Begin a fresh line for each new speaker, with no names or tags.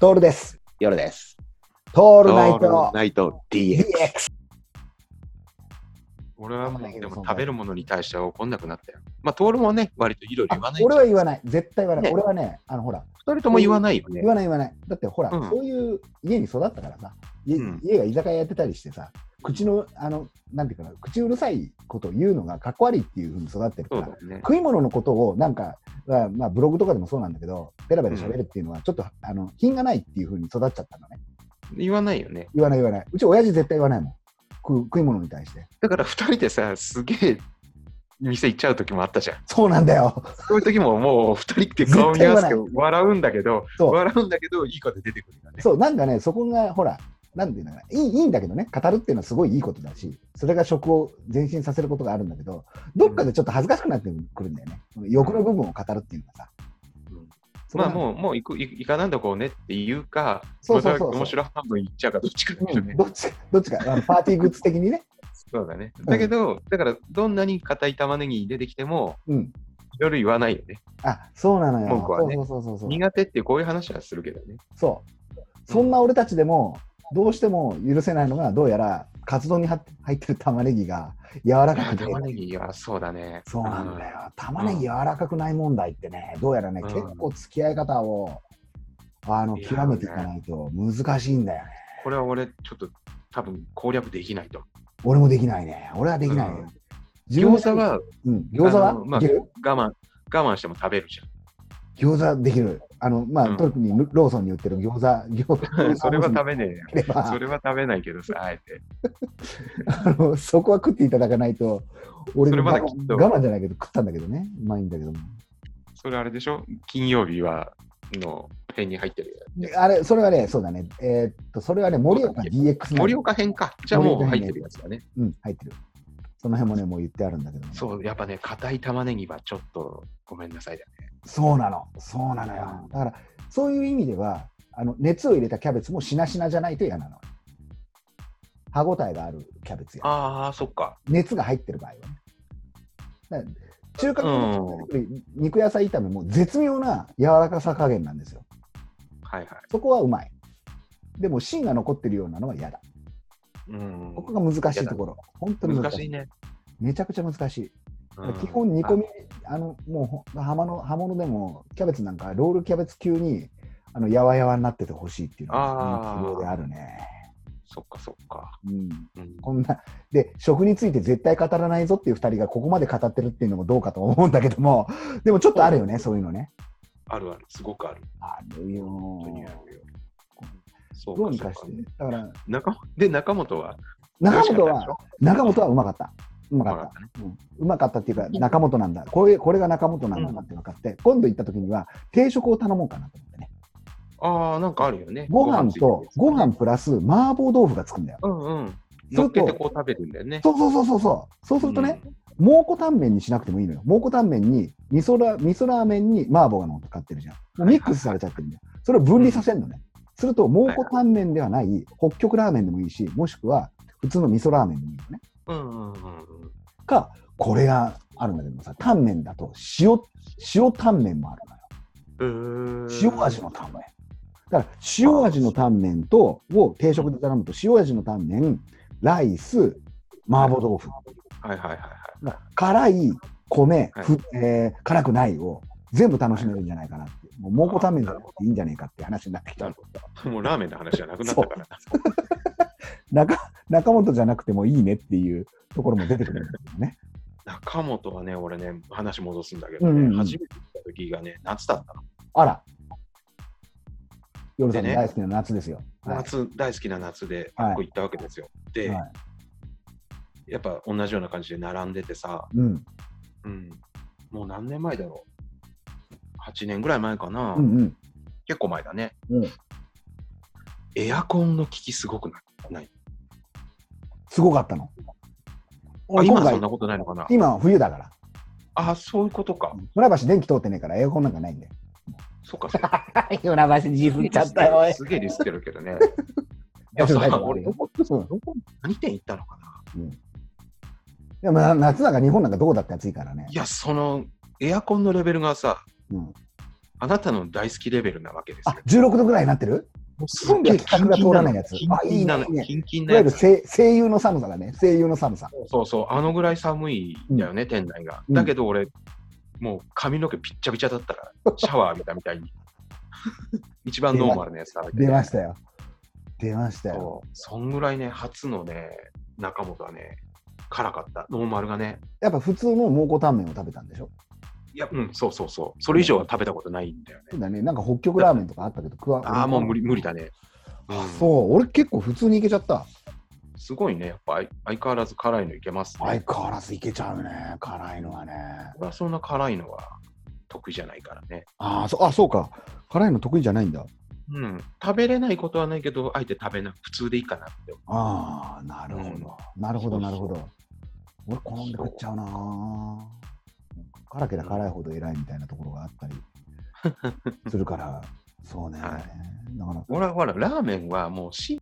トールです。
夜です。
トー
オ
ルナイト
ナイト
DX。
DX。俺はもう、でも食べるものに対しては怒んなくなったよ。まあ、トールもね、割といろいろ言わない。
俺は言わない。絶対言わない。
ね
俺はね、あのほら、
二人とも言わないよね
言。わない言わない。だってほら、
うん
そういう家に育ったからさ、い
うん
家が居酒屋やってたりしてさ、口の、あの、なんていうかな、口うるさいことを言うのがかっこ悪いっていうふうに育ってるか
そう
ら
だ、よね。
食い物のことをなんか、まあ、まあブログとかでもそうなんだけど、ベラベラ喋るっていうのは、ちょっと、あの品がないっていうふうに育っちゃったのね。
言わないよね。
言わない言わない。うち親父絶対言わないもん。食う食い物に対して。
だから二人でさ、すげえ店行っちゃう時もあったじゃん。
そうなんだよ。
そういう時ももう二人って顔見合わせて笑うんだけど、
そう
笑うんだけど、いい子で出てくるよね。
そう、なんかね、そこがほら、なんていうのかな、いいいいんだけどね、語るっていうのはすごいいいことだし、それが食を前進させることがあるんだけど、どっかでちょっと恥ずかしくなってくるんだよね、欲の部分を語るっていうのがさ。
うん
そこ
まあ
が
もう、もう行く、行行かなんだこうねっていうか、
そうそうそうそう
また面白半分行っちゃうかどっちかだ
う
よね
ん。どっちか、どっちか、あのパーティーグッズ的にね。
そうだね。だけど、だからどんなに硬い玉ねぎ出てきても、
うん。
いろいろ言わないよね。
あ、そうなのよ。
文句はね
そうそうそうそうそう。
苦手ってこういう話はするけどね。
そう。そんな俺たちでも、どうしても許せないのが、どうやら、カツ丼に入って入ってる玉ねぎが柔らかくて
玉、ねぎはそうだね。
そうなんだよ。玉ねぎ柔らかくない問題ってね、どうやらね、
うん
結構付き合い方をあの
いや
極めていかないと難しいんだよね。
これは俺、ちょっと多分攻略できないと。
俺もできないね。俺はできないね。
うん
自分で
餃子、は
うん、餃子は
あのまあ
できる
我慢、我慢しても食べるじゃん。
餃子できる。あの、まあ、
うん
特にローソンに売ってる餃子、餃子
それは食べねえよ。
べれば
それは食べないけどさ、あえて。
あの、そこは食っていただかないと、俺
それ
も
まだ
我
きっと
慢我慢じゃないけど食ったんだけどね。うまいんだけども。
それあれでしょ金曜日は、の辺に入ってるや
あれ、それはね、そうだね。えーっと、それはね、盛岡 DX
つ。盛岡編か。じゃあもう入ってるやつだね。
うん、入ってる。その辺もね、もう言ってあるんだけど、ね、
そう、やっぱね、硬い玉ねぎはちょっとごめんなさいだね。
そうなの、そうなのよ。だから、そういう意味では、あの熱を入れたキャベツもしなしなじゃないと嫌なの。歯ごたえがあるキャベツや、
ああ、そっか。
熱が入ってる場合はね。だから中華の肉野菜炒めも絶妙な柔らかさ加減なんですよ。
はいはい。
そこはうまい。でも芯が残ってるようなのは嫌だ。
うん
ここが難しいところ。本当に難
難
しい。
しいね。
めちゃくちゃ難しい。
うん
基本煮込み、あのもうほ刃物刃物でもキャベツなんかロールキャベツ級にあのやわやわになっててほしいっていうのが
あー
希望であるね、
そっかそっか。
うん、
うん
こんなで食について絶対語らないぞっていう2人がここまで語ってるっていうのもどうかと思うんだけども でもちょっとあるよねそういうのね
あるある、すごくある。
あるよ
本当にあるよそう
どうに
そう
かしてだから
中で、中本は
中本
美味しか
は
ったで
中本はうまかったうま
しょ
か
うま
っ
か
た
ったね。
うんうまかったっていうか中本なんだこれこれが中本なんだなって分かって、今度行った時には定食を頼もうかなと思ってね
ああ、なんかあるよね。
ご飯とご
ご飯
飯プラス麻婆豆腐がつくんだよ。
うんうん。
そ
乗
う
っ
する
け
と
てこう食べるんだよね。
そうそうそうそうそう。そうするとね、蒙古タンメンにしなくてもいいのよ。蒙古タンメンに味噌ラ味噌ラーメンに麻婆が乗っかってるじゃん。もうミックスされちゃってるんだよ。それを分離させるのね。すると蒙古タンメンではない北極ラーメンでもいいし、もしくは普通の味噌ラーメンでもいいのね。
うん。うんうんうんうん。
かこれがあるんだけどもさ、タンメンだと塩塩タンメンもあるのよ。
うーん
塩味のタンメン。だから塩味のタンメンとを定食で頼むと塩味のタンメン、ライス、麻婆豆腐、
はいはいはいはい。
辛い米、
はい
ふえー辛くないを全部楽しめるんじゃないかなって、もう蒙古タンメンじゃなくていいんじゃないかって話になってき
な
た
る。ほど。もうラーメンの話じゃなくなったからな。
中中本じゃなくてもいいねっていうところも出てくるんですよね。
中本はね、俺ね、話戻すんだけど
うんうんう
ね、
ん
初めて行った時がね、夏だったの。
あら、夜さんの
でね
大好きな夏ですよ。はい
夏、大好きな夏で、
はい
ここ行ったわけですよ。で、
は
やっぱ同じような感じで並んでてさ、
いうん
うん、もう何年前だろう ?8 年ぐらい前かな、
うんうん
結構前だね、
うん
エアコンの効きすごくない
すごかったの。
あ
俺今
今はそ
回
んな、ことないのかな
今は冬だから。
あ、そういうことか。
船橋電気通ってねえからエアコンなんかないんだよ。
そっかそっか。
船橋自分ちゃったよ、おい。
すげえリスってるけどね。い
や
や、
そ
そうう俺どこ、
うん
どこ、何店行ったのかな
でもな夏なんか日本なんかどこだって暑いからね
い。や、その、エアコンのレベルがさ、
うん
あなたの大好きレベルなわけです
あ
よ。、
16度ぐらいになってる
もうすんげえ
企画が通らないやつ
キンキンなの
あいいねいいね
キンキン
い
な
わゆ
や
る
つ。
声声優の寒さだね。声優の寒さ。
そうそう、あのぐらい寒いんだよね、店内が。
うん
だけど俺、もう髪の毛びっちゃびちゃだったから、シャワー浴びたみた いに。一番ノーマルなやつ食べてね。
出ましたよ。出ましたよ。
そうそんぐらいね、初のね、中本はね、辛かった、ノーマルがね。
やっぱ普通の蒙古タンメンを食べたんでしょ
いや、うん、そうそうそう。それ以上は食べたことないんだよね。
そうだね。なんか北極ラーメンとかあったけど、食わ
ああ、もう無
理。
理、無理だね。うん
そう、俺結構普通にいけちゃった。
すごいね、やっぱ相相変わらず辛いのいけますね。
相変わらずいけちゃうね。辛いのはね。
俺はそんな辛いのは得意じゃないからね。
あーそあ、そうか。辛いの得意じゃないんだ。
うん、食べれないことはないけど、あえて食べな普通でいいかなって。
ああ、なるほど。なるほど、
そうそう
なるほど。俺、好んで食っちゃうなぁ。辛ければ辛いほど偉いみたいなところがあったりするから、そうね。
は
だから、
俺はほら、ラーメンはもうシン